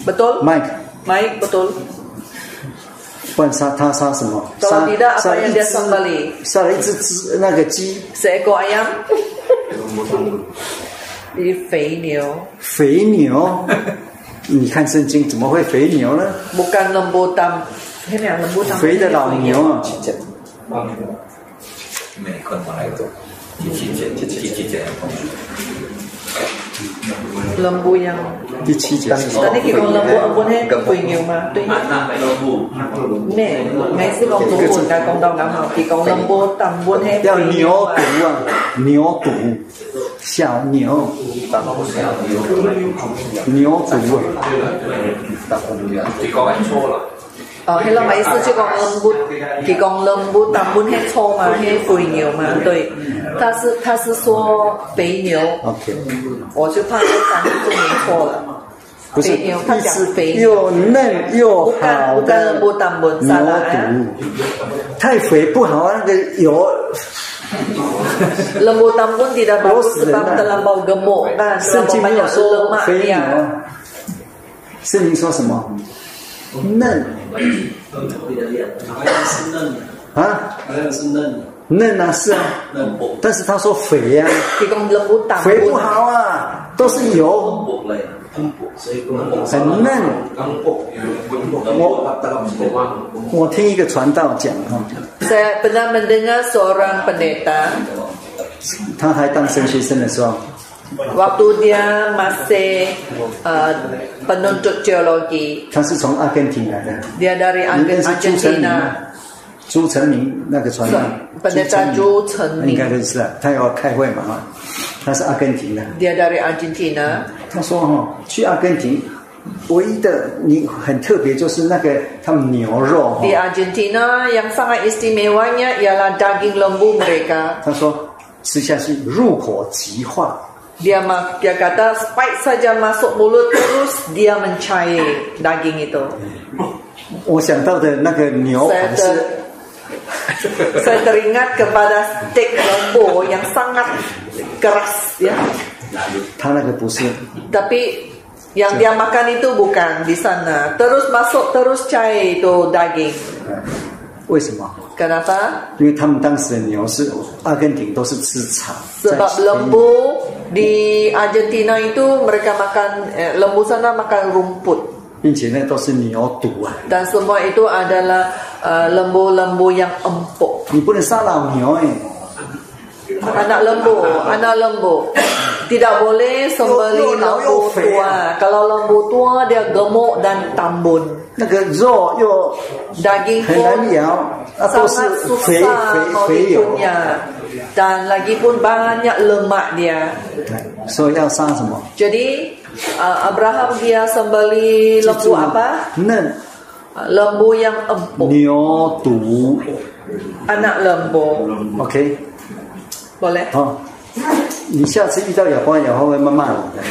S2: Betul?
S1: ？Mike，
S2: Baik, betul.
S1: 不然杀他杀什么？
S2: 懂
S1: 杀
S2: 你的
S1: 杀了一
S2: 阿伯兰的
S1: 只杀了一只只那个鸡
S2: Seekor ayam di fei niu.
S1: 肥牛， 你看圣经怎么会肥牛呢？
S2: bukan lembu tam. Ini yang lembu tam.
S1: 肥的老牛啊，
S3: Ini ikon mana itu? Cici cici cici cici.
S2: Lembu yang
S1: 第七节是说
S2: tadi kita lembu ambon eh kuih ngiu ma. Tuy nhiên,
S3: 那白萝卜，
S2: nè, ngày xưa con tổ bồn đã con đau đau hào thì con lembu tầm buôn hết.
S1: 要牛犊啊，牛犊，小牛，牛犊啊，
S3: 你搞完错了。
S2: Ờ, hay là mấy xưa chứ con lembu thì con lembu tầm buôn hết thô mà hết quỳ nhiều mà. Tuy, ta sư ta sư xua bấy nhiều.
S1: OK，
S2: Tôi chứ怕cái tầm buôn nhiều thô là.
S1: 不是，
S2: 肥牛，他讲肥
S1: 意思又嫩又
S2: bukan
S1: 好
S2: bukan
S1: 的
S2: lembu tambun
S1: 牛
S2: salah eh.
S1: 犊，太肥不好啊，那个油
S2: lembu tambun tidak
S1: Terus
S2: bagus sebab
S1: rendah.
S2: terlampau gemuk kan
S1: 圣
S2: terlampau
S1: 经没有
S2: banyak
S1: 说
S2: lemak
S1: 肥牛
S2: ya
S1: 啊，圣经说什么？嫩
S4: 好像是嫩的，
S1: 啊，
S4: 好像是嫩的，
S1: 嫩啊，是啊，
S4: 嫩薄
S1: 但是他说肥呀、啊，
S2: thì con lembu
S1: 肥
S2: tambun
S1: 不好啊，都是油，
S4: 薄嘞，很薄，所以不能薄。
S1: 很嫩。
S3: 我我
S1: 我听一个传道讲哦哈，
S2: saya pernah mendengar seorang pendeta
S1: 他还当神学生的时候，
S2: waktu dia masih uh, penuntut teologi
S1: 他是从阿根廷来的，
S2: dia dari
S1: 你认
S2: Argen-
S1: 识朱成明
S2: Argentina
S1: 吗？朱成明那个传道
S2: So- 本来在朱成明
S1: 应该认识啊，他要开会嘛哈，他是阿根廷的。
S2: dia dari Argentina
S1: 他说哦，去阿根廷唯一的你很特别就是那个他们牛肉、
S2: di
S1: 哦，
S2: Argentina yang sangat istimewanya ialah daging lembu mereka
S1: 他说吃下去入口即化，
S2: dia ma- dia kata spike saja masuk mulut terus dia mencair daging itu
S1: 我想到的那个牛
S2: saya,
S1: 排是
S2: ter, saya teringat kepada steak lembu yang sangat keras ya.
S1: 他那个不是，
S2: Tapi yang dia makan itu bukan di sana. Terus masuk terus cair itu daging.
S1: 呃为什么？
S2: Kenapa?
S1: 因为他们当时的牛是阿根廷都是吃草，
S2: Sebab
S1: 在
S2: lembu di Argentina itu mereka makan eh, lembu sana makan rumput
S1: 并且呢都是牛肚啊，
S2: dan semua itu adalah eh, lembu-lembu yang empuk.
S1: 你不能杀老牛哎、
S2: Anak lembu, anak lembu. Tidak boleh sembeli
S1: Yo, yo, yo,
S2: lembu
S1: yo, fair.
S2: tua. Kalau lembu tua dia gemuk dan tambun.
S1: 那个肉又
S2: Daging
S1: 很
S2: pun
S1: 难咬，啊都是
S2: sangat
S1: 肥
S2: susah
S1: 肥
S2: mau
S1: 肥油，
S2: dipunya. Dan lagi pun banyak lemak dia.
S1: 哎所以要杀什么？
S2: Jadi uh, Abraham dia sembeli
S1: 记
S2: lembu
S1: 住
S2: apa? Uh,
S1: 嫩
S2: Lembu yang empuk.
S1: 牛肚
S2: Anak lembu.
S1: ，OK，
S2: Boleh.
S1: 好、你下次遇到哑巴，哑巴会骂骂我的。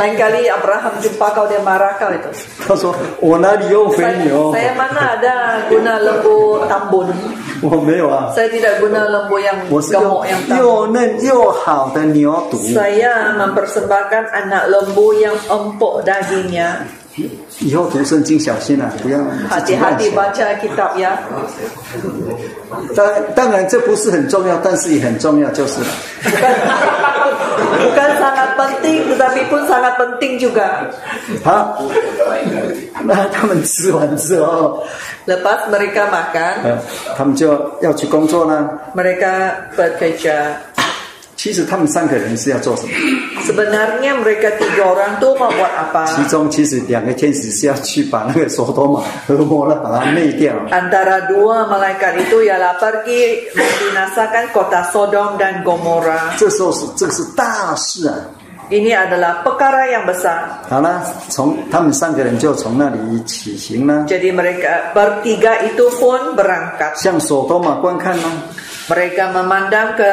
S2: Lain kali Abraham jumpa kau dia marah kau itu.
S1: 他说：“我哪里有肥
S2: Saya,
S1: 牛？
S2: saya mana ada guna lembu tambun.
S1: 我没有啊，
S2: Saya tidak guna lembu yang
S1: 我是用
S2: gemuk yang
S1: 又
S2: tambah.
S1: 嫩又好的牛肚。
S2: Saya mempersembahkan anak lembu yang empuk dagingnya.
S1: 以后读圣经小心啊，不要自己乱
S2: Hati-hati
S1: 想。
S2: baca kitab ya.
S1: 当当然这不是很重要，但是也很重要，就是了
S2: Bukan, bukan sangat penting, tetapi pun sangat penting juga.
S1: 好。 那他们吃完之后，
S2: Lepas mereka makan,
S1: 呃，他们就要去工作啦。
S2: mereka bekerja.
S1: 其实他们三个人是要做什么？
S2: Sebenarnya mereka tiga orang tuh mau buat apa?
S1: 其中其实两个天使是要去把那个索多玛和摩拉把它灭掉，
S2: Antara dua malaikat itu ialah pergi membinasakan kota Sodom dan Gomora.
S1: 这时候是这个是大事啊！
S2: Ini adalah perkara yang besar.
S1: 好啦，从他们三个人就从那里起行啦，
S2: Jadi mereka bertiga itu pun berangkat.
S1: 向索多玛观看啦，
S2: Mereka memandang ke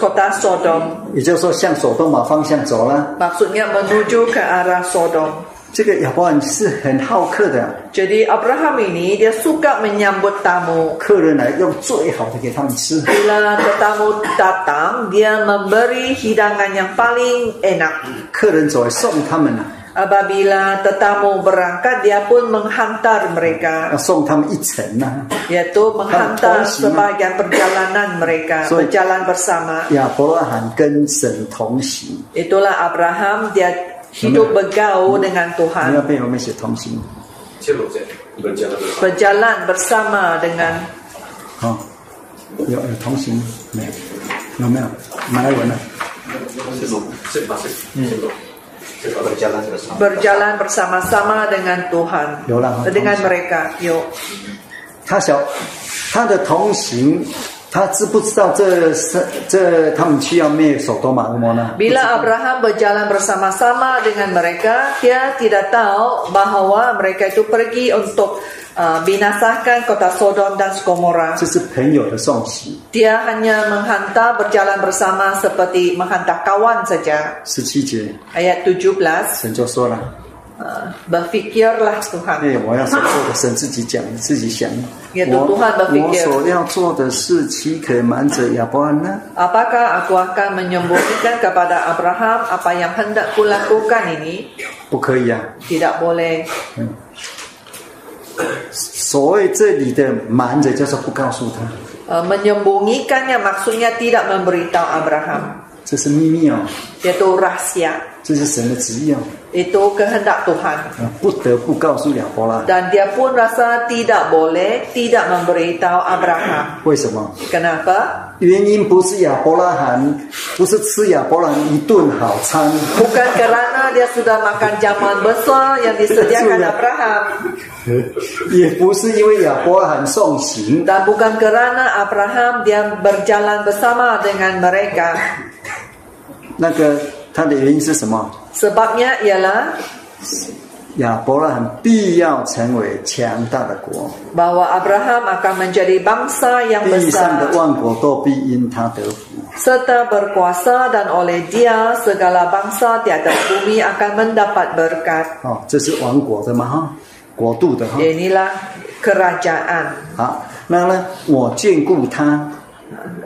S2: kota Sodom.
S1: 也就是说向索多玛方向走啦。
S2: Maksudnya menuju ke arah Sodom.
S1: 这个亚伯兰是很好客的，
S2: Jadi Abraham ini dia suka menyambut tamu.
S1: 客人来用最好的给他们吃。
S2: Bila tetamu datang, dia memberi hidangan yang paling enak.
S1: 客人走来送他们了、啊，
S2: Apabila tetamu berangkat, dia pun menghantar mereka.
S1: 要送他们一程呐、啊。
S2: Yaitu
S1: Hantar
S2: menghantar
S1: semua.
S2: sebagian perjalanan mereka.
S1: So-
S2: Berjalan bersama.
S1: 亚伯拉罕跟神同行，
S2: Itulah Abraham dia hidup bergaul dengan
S1: 你
S2: Tuhan,
S1: 那边有没有写同行？
S3: 切肉菜，不加了。
S2: berjalan bersama dengan
S1: 哦，有有同行没有？有没有马来文呢、啊
S3: 切肉，切把切，切肉，
S5: berjalan bersama.
S2: berjalan bersama-sama dengan Tuhan
S1: Yo lah,
S2: dengan
S1: Tuhan.
S2: mereka yo
S1: 他小，他的同行，他知不知道这是这他们去要灭首多玛恶魔呢？
S2: Bila Abraham berjalan bersama-sama dengan mereka, dia tidak tahu bahawa mereka itu pergi untuk uh, binasakan kota Sodom dan Gomora.
S1: 这是朋友的送行。
S2: Dia hanya menghantar berjalan bersama seperti menghantar kawan saja.
S1: 十七节
S2: Ayat 17,
S1: 神就说了
S2: uh, berfikirlah：“ Tuhan.
S1: 哎，我要所做的，神自己讲，自己想。我
S2: 也读读汉吧
S1: 我
S2: Vicky
S1: 所要做的事，岂可瞒着亚伯兰呢？
S2: Apakah aku akan menyembunyikan kepada Abraham apa yang hendak kulakukan ini?
S1: 不可以啊！嗯
S2: Tidak boleh.
S1: 所谓这里的瞒着，就是不告诉他，
S2: Uh, menyembunyikannya maksudnya tidak memberitahu Abraham.
S1: 这是秘密哦，
S2: Itu rahasia.
S1: 这是神的旨意哦，
S2: itu kehendak Tuhan
S1: 啊不得不告诉亚伯兰。
S2: dan dia pun rasa tidak boleh tidak memberitahu Abraham
S1: 为什么？
S2: kenapa
S1: 原因不是亚伯拉罕，不是吃亚伯兰一顿好餐，
S2: bukan kerana dia sudah makan jaman besar yang disediakan
S1: Sudah.
S2: Abraham
S1: 也不是因为亚伯拉罕送行，
S2: dan bukan kerana Abraham dia berjalan bersama dengan mereka
S1: 那个他的原因是什么？
S2: sebabnya ialah
S1: 亚伯拉罕必要成为强大的国，
S2: bahwa Abraham akan menjadi bangsa yang
S1: 地上的
S2: besar
S1: 万国都必因他得福。
S2: serta berkuasa dan oleh dia segala bangsa tiada bumi akan mendapat berkat
S1: 哦，这是王国的嘛哈，国度的哈。
S2: Inilah kerajaan
S1: 好，那呢，我眷顾他，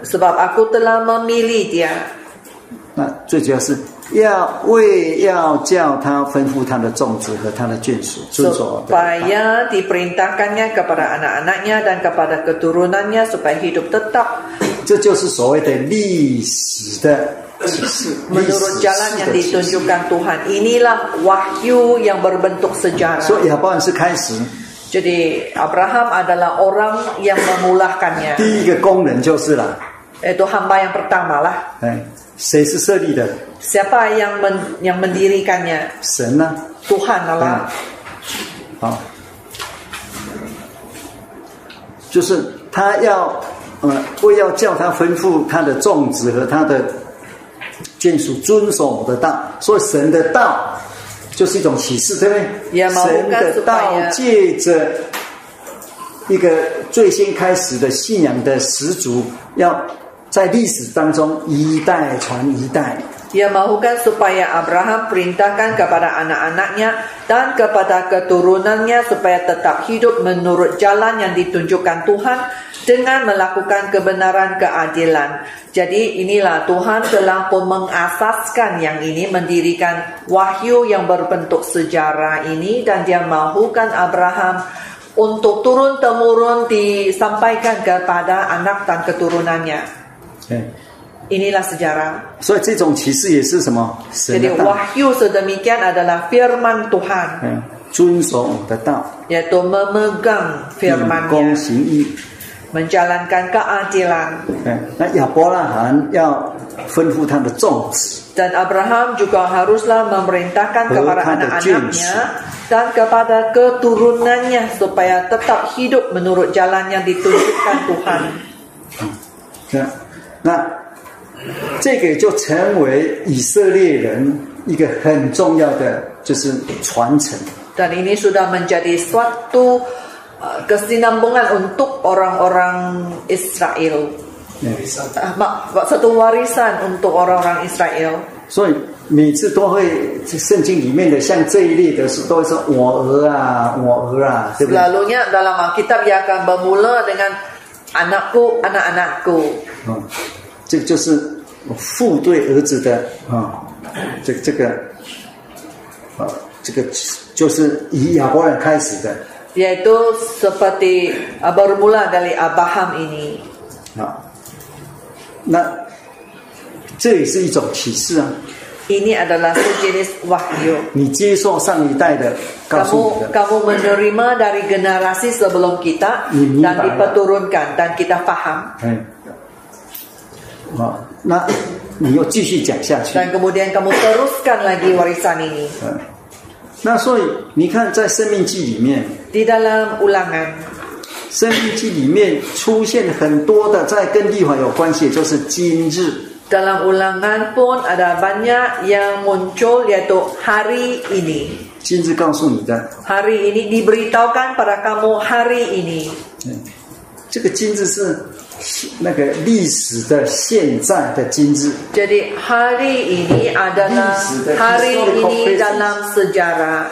S2: sebab aku telah memilih dia
S1: 那最主要是要为要叫他吩咐他的众子和他的眷属遵守的律法。
S2: supaya diperintahkannya kepada anak-anaknya dan kepada keturunannya supaya hidup tetap
S1: 这就是所谓的历史的启示，历
S2: menurut
S1: 史
S2: jalan
S1: 式
S2: yang
S1: 的启示。
S2: ditunjukkan Tuhan. Inilah wahyu yang berbentuk sejarah.
S1: 所以亚伯兰是开始
S2: Jadi Abraham adalah orang yang memulakannya.
S1: 第一个工人就是了，
S2: Itu hamba yang pertama lah.
S1: 哎，谁是设立的？
S2: Siapa yang men- yang mendirikannya?
S1: 神啊呢、
S2: Tuhan Allah.
S1: 好，就是他要，呃，为要叫他吩咐他的众子和他的眷属遵守我的道，所以神的道就是一种启示，对不对？
S2: 也嘛
S1: 神的
S2: 我
S1: 道
S2: 们
S1: 借着一个最先开始的信仰的始祖，要在历史当中一代传一代。
S2: Ia mahukan supaya Abraham perintahkan kepada anak-anaknya dan kepada keturunannya supaya tetap hidup menurut jalan yang ditunjukkan Tuhan dengan melakukan kebenaran keadilan. Jadi inilah Tuhan telah pun mengasaskan yang ini mendirikan wahyu yang berbentuk sejarah ini dan dia mahukan Abraham untuk turun temurun disampaikan kepada anak dan keturunannya.
S1: 哎，
S2: Inilah sejarah.
S1: 所以这种启示也是什么？神
S2: Jadi
S1: 的道。
S2: wahyu sedemikian adalah firman Tuhan
S1: 嗯，遵守我的道，
S2: yaitu memegang
S1: 秉公
S2: firman-Nya,
S1: 行义。
S2: menjalankan keadilan
S1: 嗯，那亚伯拉罕要吩咐他的众子，
S2: dan Abraham juga haruslah memerintahkan
S1: Berkat
S2: kepada
S1: dan
S2: anak-anaknya
S1: jenis.
S2: dan kepada keturunannya supaya tetap hidup menurut jalan yang ditunjukkan Tuhan.
S1: 那那这个就成为以色列人一个很重要的就是传承。
S2: Dan ini sudah menjadi suatu uh, kesinambungan untuk orang-orang Israel.
S1: 嗯，
S2: Ah, mak- Satu warisan untuk orang-orang Israel.
S1: 所以每次都会圣经里面的像这一类的是都会说我儿啊，我儿啊，对不对？
S2: Selalunya dalam Alkitab ia akan bermula dengan anakku, anak-anakku.
S1: 嗯，这个就是父对儿子的啊、这这个啊、这个就是以亚伯兰开始的
S2: Yaitu seperti uh, bermula dari Abraham ini.
S1: 啊、那这也是一种启示啊，
S2: Ini adalah sejenis wahyu.
S1: 你接受上一代的告诉你的，
S2: Kamu kamu menerima dari generasi sebelum kita
S1: Ini
S2: dan
S1: baru.
S2: dipeturunkan dan kita faham.
S1: 哎哎，啊、那你又继续讲下去。
S2: Dan kemudian kamu teruskan lagi warisan ini
S1: 嗯，那所以你看，在《生命记》里面，
S2: di dalam ulangan.
S1: 《生命记》里面出现很多的在跟立法有关系，就是今日。
S2: Dalam ulangan pun ada banyak yang muncul yaitu hari ini.
S1: 今日告诉你的，
S2: Hari ini diberitahukan pada kamu hari ini.
S1: 嗯这个今日是那个历史的现在的今日。
S2: Jadi hari ini adalah
S1: This is the
S2: hari
S1: historical
S2: ini
S1: present.
S2: dalam sejarah.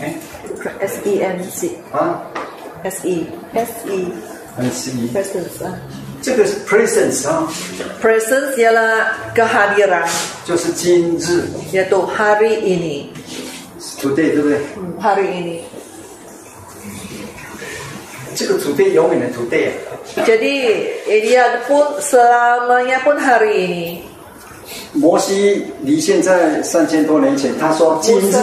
S1: 哎，
S2: S E N C
S1: 啊，
S2: S E S E
S1: 很迟疑。
S2: presence. ah.
S1: 这个是 presence 啊，
S2: Presence ialah kehadiran
S1: 就是今日
S2: yaitu hari ini.
S1: today，对不对？
S2: Hmm, Hari ini.
S1: 这个 today 永远的 today 啊。
S2: Jadi eh, dia pun selamanya pun hari ini.
S1: 摩西离现在三千多年前，他说今日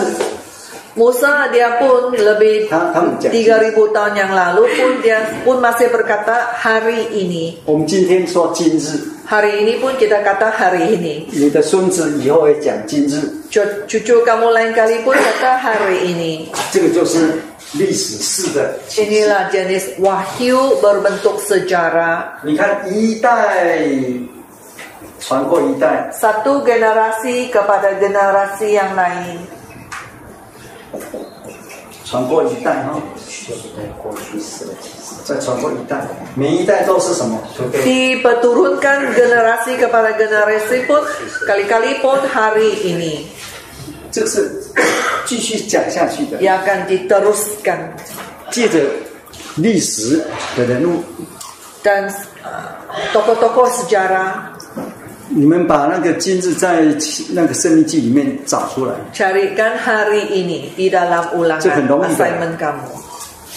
S2: Musa, Musa dia pun lebih
S1: Ha, kamu cakap.
S2: 3000 tahun yang lalu pun dia pun masih berkata hari ini.
S1: 我们今天说今日，
S2: Hari ini pun kita kata hari ini.
S1: 你的孙子以后也讲今日，
S2: Cu- Cucu kamu lain kali pun kata hari ini.
S1: 这个就是历史式的启示。
S2: Inilah jenis wahyu berbentuk sejarah.
S1: 你看一代传过一代，
S2: Satu generasi kepada generasi yang lain.
S1: 传过一代哈、再传过一代，每一代都是什么？
S2: Dipeturunkan kan generasi kepada generasi pun kali-kali pun hari ini.
S1: 这个是继续讲下去的，
S2: Ia akan diteruskan
S1: 借着历史的人物，
S2: dan uh, tokoh-tokoh sejarah
S1: 你们把那个今日在那个《生命记》里面找出来，
S2: carikan hari ini di dalam ulangan
S1: Sebenarnya.
S2: assignment kamu.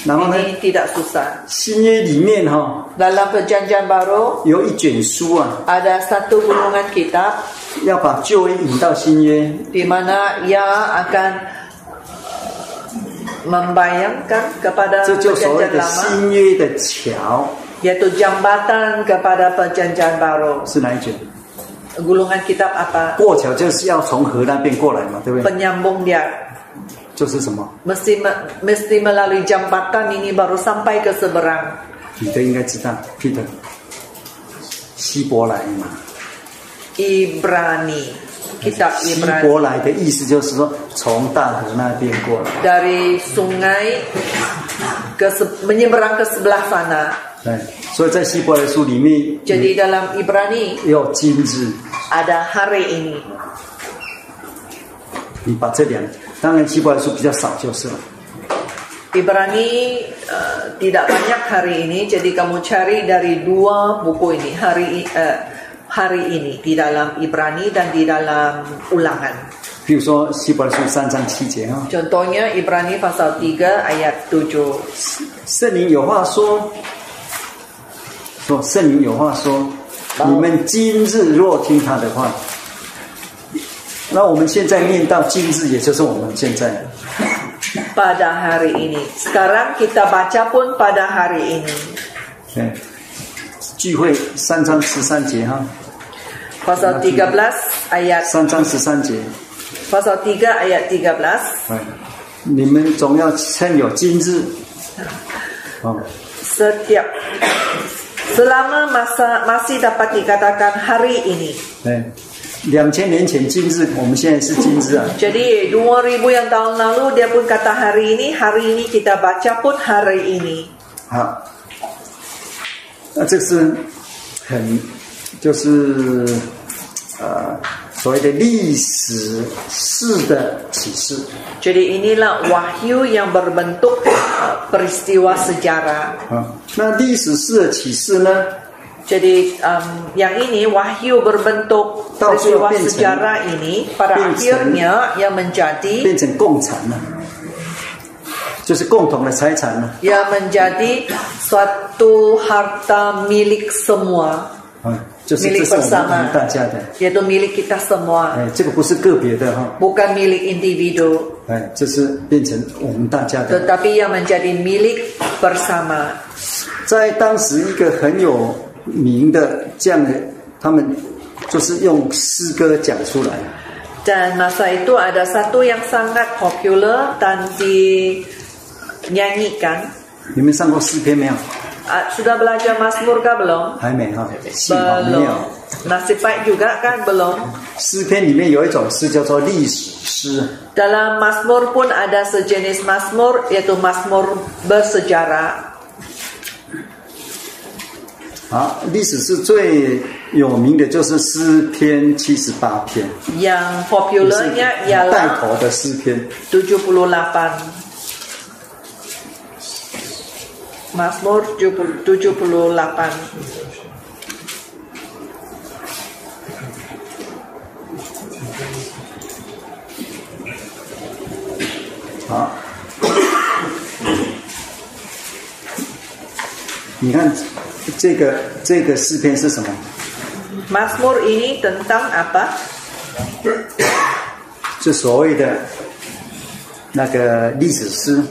S1: 然后呢，
S2: Ini tidak susah.
S1: 新约里面哈、
S2: Dalam perjanjian baru
S1: 有一卷书啊，
S2: ada satu gulungan kitab
S1: 要把旧约引到新约，
S2: di mana ia akan membayangkan kepada
S1: 这就所谓
S2: perjanjian
S1: 的
S2: lama
S1: 新约的桥
S2: yaitu jambatan kepada perjanjian baru
S1: 是哪一卷？
S2: gulungan kitab apa
S1: 过桥就是要从河那边过来嘛，对不对？
S2: penyambung dia
S1: 就是什么？
S2: mesti me- mesti melalui jambatan ini baru sampai ke seberang
S1: 彼得应该知道，Peter，希伯来嘛，
S2: Ibrani kitab
S1: 希
S2: Ibrani
S1: 伯来的意思就是说从大河那边过来，
S2: dari sungai ke se- menyeberang ke sebelah sana
S1: 对，所以在希伯来书里面
S2: jadi dalam Ibrani
S1: 要今日，
S2: ada hari ini
S1: 你把这两，当然希伯来书比较少就是了，
S2: Ibrani eh, tidak banyak hari ini, jadi kamu cari dari dua buku ini hari eh, hari ini di dalam Ibrani dan di dalam Ulangan.
S1: 比如说希伯来书三章七节啊、
S2: Contohnya Ibrani pasal 3 ayat 7.
S1: 圣灵有话说，说圣灵有话说，
S2: 然后
S1: 你们今日若听他的话，那我们现在念到今日，也就是我们现在，
S2: Pada hari ini. Sekarang kita baca pun pada hari ini.
S1: 嗯，聚会三章十三节哈，
S2: Pasal 13 ayat
S1: 三章十三节，
S2: pasal 3 ayat 13.
S1: 哎，你们总要趁有今日，哦，
S2: Setiap selama masa masih dapat dikatakan hari ini.
S1: 哎，两千年前今日，我们现在是今日啊，
S2: Jadi 2000 yang tahun lalu dia pun kata hari ini, hari ini kita baca pun hari ini.
S1: 好，那这是很就是呃所谓的历史式的启示。
S2: Jadi inilah wahyu yang berbentuk uh, peristiwa sejarah.
S1: 啊，那历史式的启示呢，
S2: Jadi um, yang ini wahyu berbentuk
S1: Tahu
S2: peristiwa
S1: sudah, Vincent.
S2: sejarah ini pada
S1: Vincent.
S2: akhirnya yang menjadi
S1: 变成共产了，就是共同的财产了。
S2: yang menjadi suatu harta milik semua.
S1: 啊，就是这
S2: 明理
S1: 是我
S2: 本
S1: 们
S2: 身啊
S1: 大家的，
S2: yaitu milik kita semua,
S1: 哎，这个不是个别的哈，
S2: bukan milik individu,
S1: 哎，这是变成我们大家的。
S2: tetapi yang menjadi milik bersama.
S1: 在当时一个很有名的这样的，他们就是用诗歌讲出来，
S2: Dan masa itu ada satu yang sangat popular dan dinyanyikan.
S1: 你们上过诗篇没有？
S2: Ah, Sudah belajar Mazmur kah belum?
S1: 还没哈，幸好没
S2: Belum.
S1: 有。
S2: Nasib baik juga kan belum.
S1: 诗篇里面有一种诗叫做历史诗，
S2: Dalam Mazmur pun ada sejenis Mazmur yaitu Mazmur bersejarah.
S1: 啊，历史是最有名的就是诗篇七十八篇，
S2: Yang
S1: 也是带
S2: popularnya ialah
S1: 头的诗篇。
S2: 78. Mazmur 70 78.
S1: 好，你看这个这个诗篇是什么？
S2: Mazmur ini tentang apa?
S1: 就所谓的那个历史诗。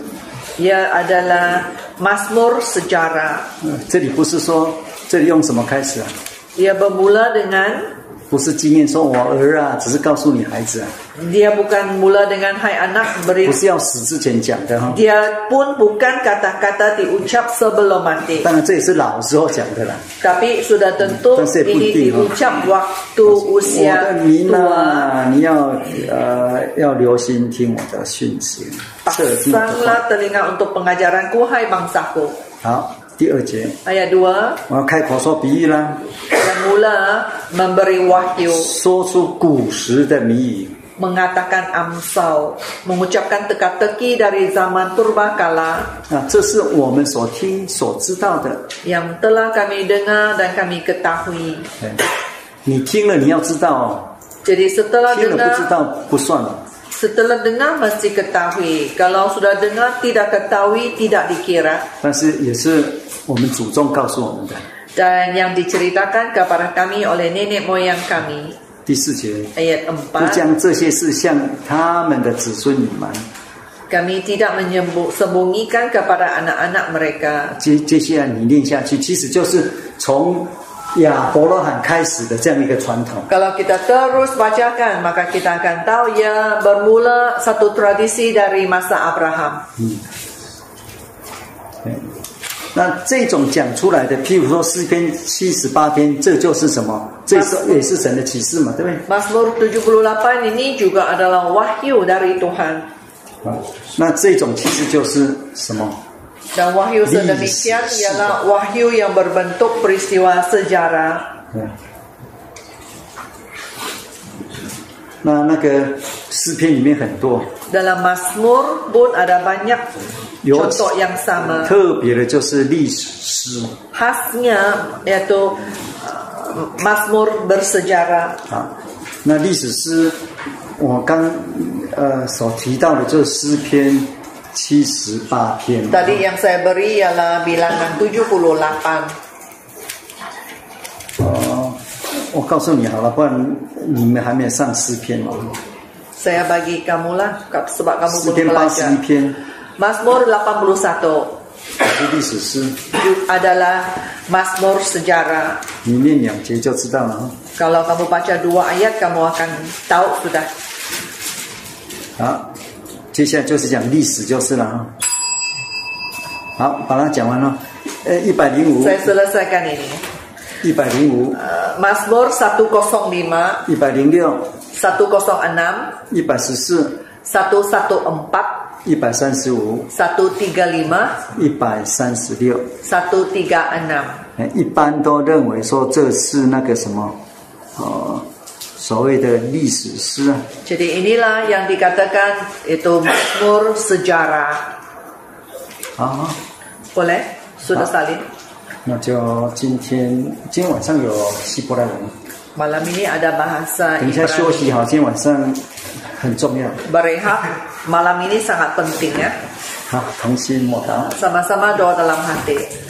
S2: Ia adalah Mazmur sejarah.
S1: 呃这里不是说这里用什么开始啊？
S2: Ia bermula dengan
S1: 不是经验说我儿啊，只是告诉你孩子啊，
S2: dia bukan mula dengan hai anak beri
S1: 不是要死之前讲的哈、
S2: Dia pun bukan kata-kata diucap sebelum mati.
S1: 当然这也是老时候讲的啦。
S2: Tapi sudah tentu
S1: Dan saya pun
S2: ini
S1: tengok.
S2: diucap waktu
S1: 我
S2: usia
S1: 的民
S2: tua.
S1: 啊，你要呃要留心听我的讯息，侧听我的话。
S2: Pasanglah telinga untuk pengajaranku, hai bangsaku.
S1: 好，第二节
S2: Ayat 2,
S1: 我要开口说比喻啦，
S2: yang mula memberi wahyu,
S1: 说出古时的谜语。
S2: mengatakan amsal, mengucapkan teka-teki dari zaman purbakala
S1: 啊，这是我们所听所知道的。
S2: yang telah kami dengar dan kami ketahui.
S1: 哎你听了，你要知道哦，
S2: Jadi setelah
S1: 听了不
S2: dengar
S1: 知道不算了。
S2: Setelah dengar mesti ketahui. Kalau sudah dengar tidak ketahui tidak dikira.
S1: 但是也是我们祖宗告诉我们的。
S2: Dan yang diceritakan kepada kami oleh nenek moyang kami.
S1: 第四节，
S2: Ayat
S1: 不
S2: 4.
S1: 将这些事向他们的子孙隐瞒。
S2: Kami tidak menyembunyikan kepada anak-anak mereka.
S1: 接接下来你念下去，其实就是从亚伯拉罕开始的这样一个传统。
S2: Kalau kita terus bacakan maka kita akan tahu ya bermula satu tradisi dari masa Abraham.
S1: 哎那这种讲出来的，譬如说诗篇七十八篇，这就是什么？这是也是神的启示嘛，对不对？
S2: Mazmur 78 ini juga adalah wahyu dari Tuhan.
S1: 啊，那这种其实就是什么？
S2: Dan wahyu
S1: Di-
S2: sedemikian ialah wahyu yang berbentuk peristiwa sejarah.
S1: 嗯。那那个诗篇里面很多，
S2: Dalam Mazmur pun ada banyak
S1: Yo.
S2: contoh yang sama.
S1: 特别的就是历史诗
S2: Khasnya yaitu uh, Mazmur bersejarah.
S1: 啊。那历史诗，我刚呃所提到的就是诗篇七十八篇。
S2: Tadi yang saya beri ialah bilangan 78.
S1: 哦，我告诉你好了，不然你们还没有上诗篇哦。
S2: Saya bagi kamu lah ka- sebab kamu
S1: 诗
S2: belum
S1: 篇八十
S2: belajar.
S1: 一篇
S2: Mazmur 81
S1: 是历史诗，
S2: adalah Mazmur sejarah.
S1: 你念两节就知道了哈。
S2: Kalau kamu baca dua ayat kamu akan tahu sudah.
S1: 好，接下来就是讲历史就是了啊。好，把它讲完了。呃，一百零五，
S2: Saya selesaikan ini.
S1: 一百零五，
S2: Uh, Mazmur 105, 106,
S1: 一百零六，一百十四，
S2: 114
S1: 一百三十五，
S2: 135,
S1: 一百三十六。
S2: 136.
S1: 哎一般都认为说这是那个什么，呃，所谓的历史诗啊。
S2: Jadi inilah yang dikatakan itu Mazmur sejarah.
S1: 好，
S2: Boleh? Sudah salin.
S1: 啊那就今天今天晚上有希伯来文，
S2: Malam ini ada bahasa
S1: 等一下休
S2: Ibrani.
S1: 息好，今天晚上很重要。
S2: Berehat malam ini sangat penting ya.
S1: 好，同心莫祷。
S2: Sama-sama doa dalam hati.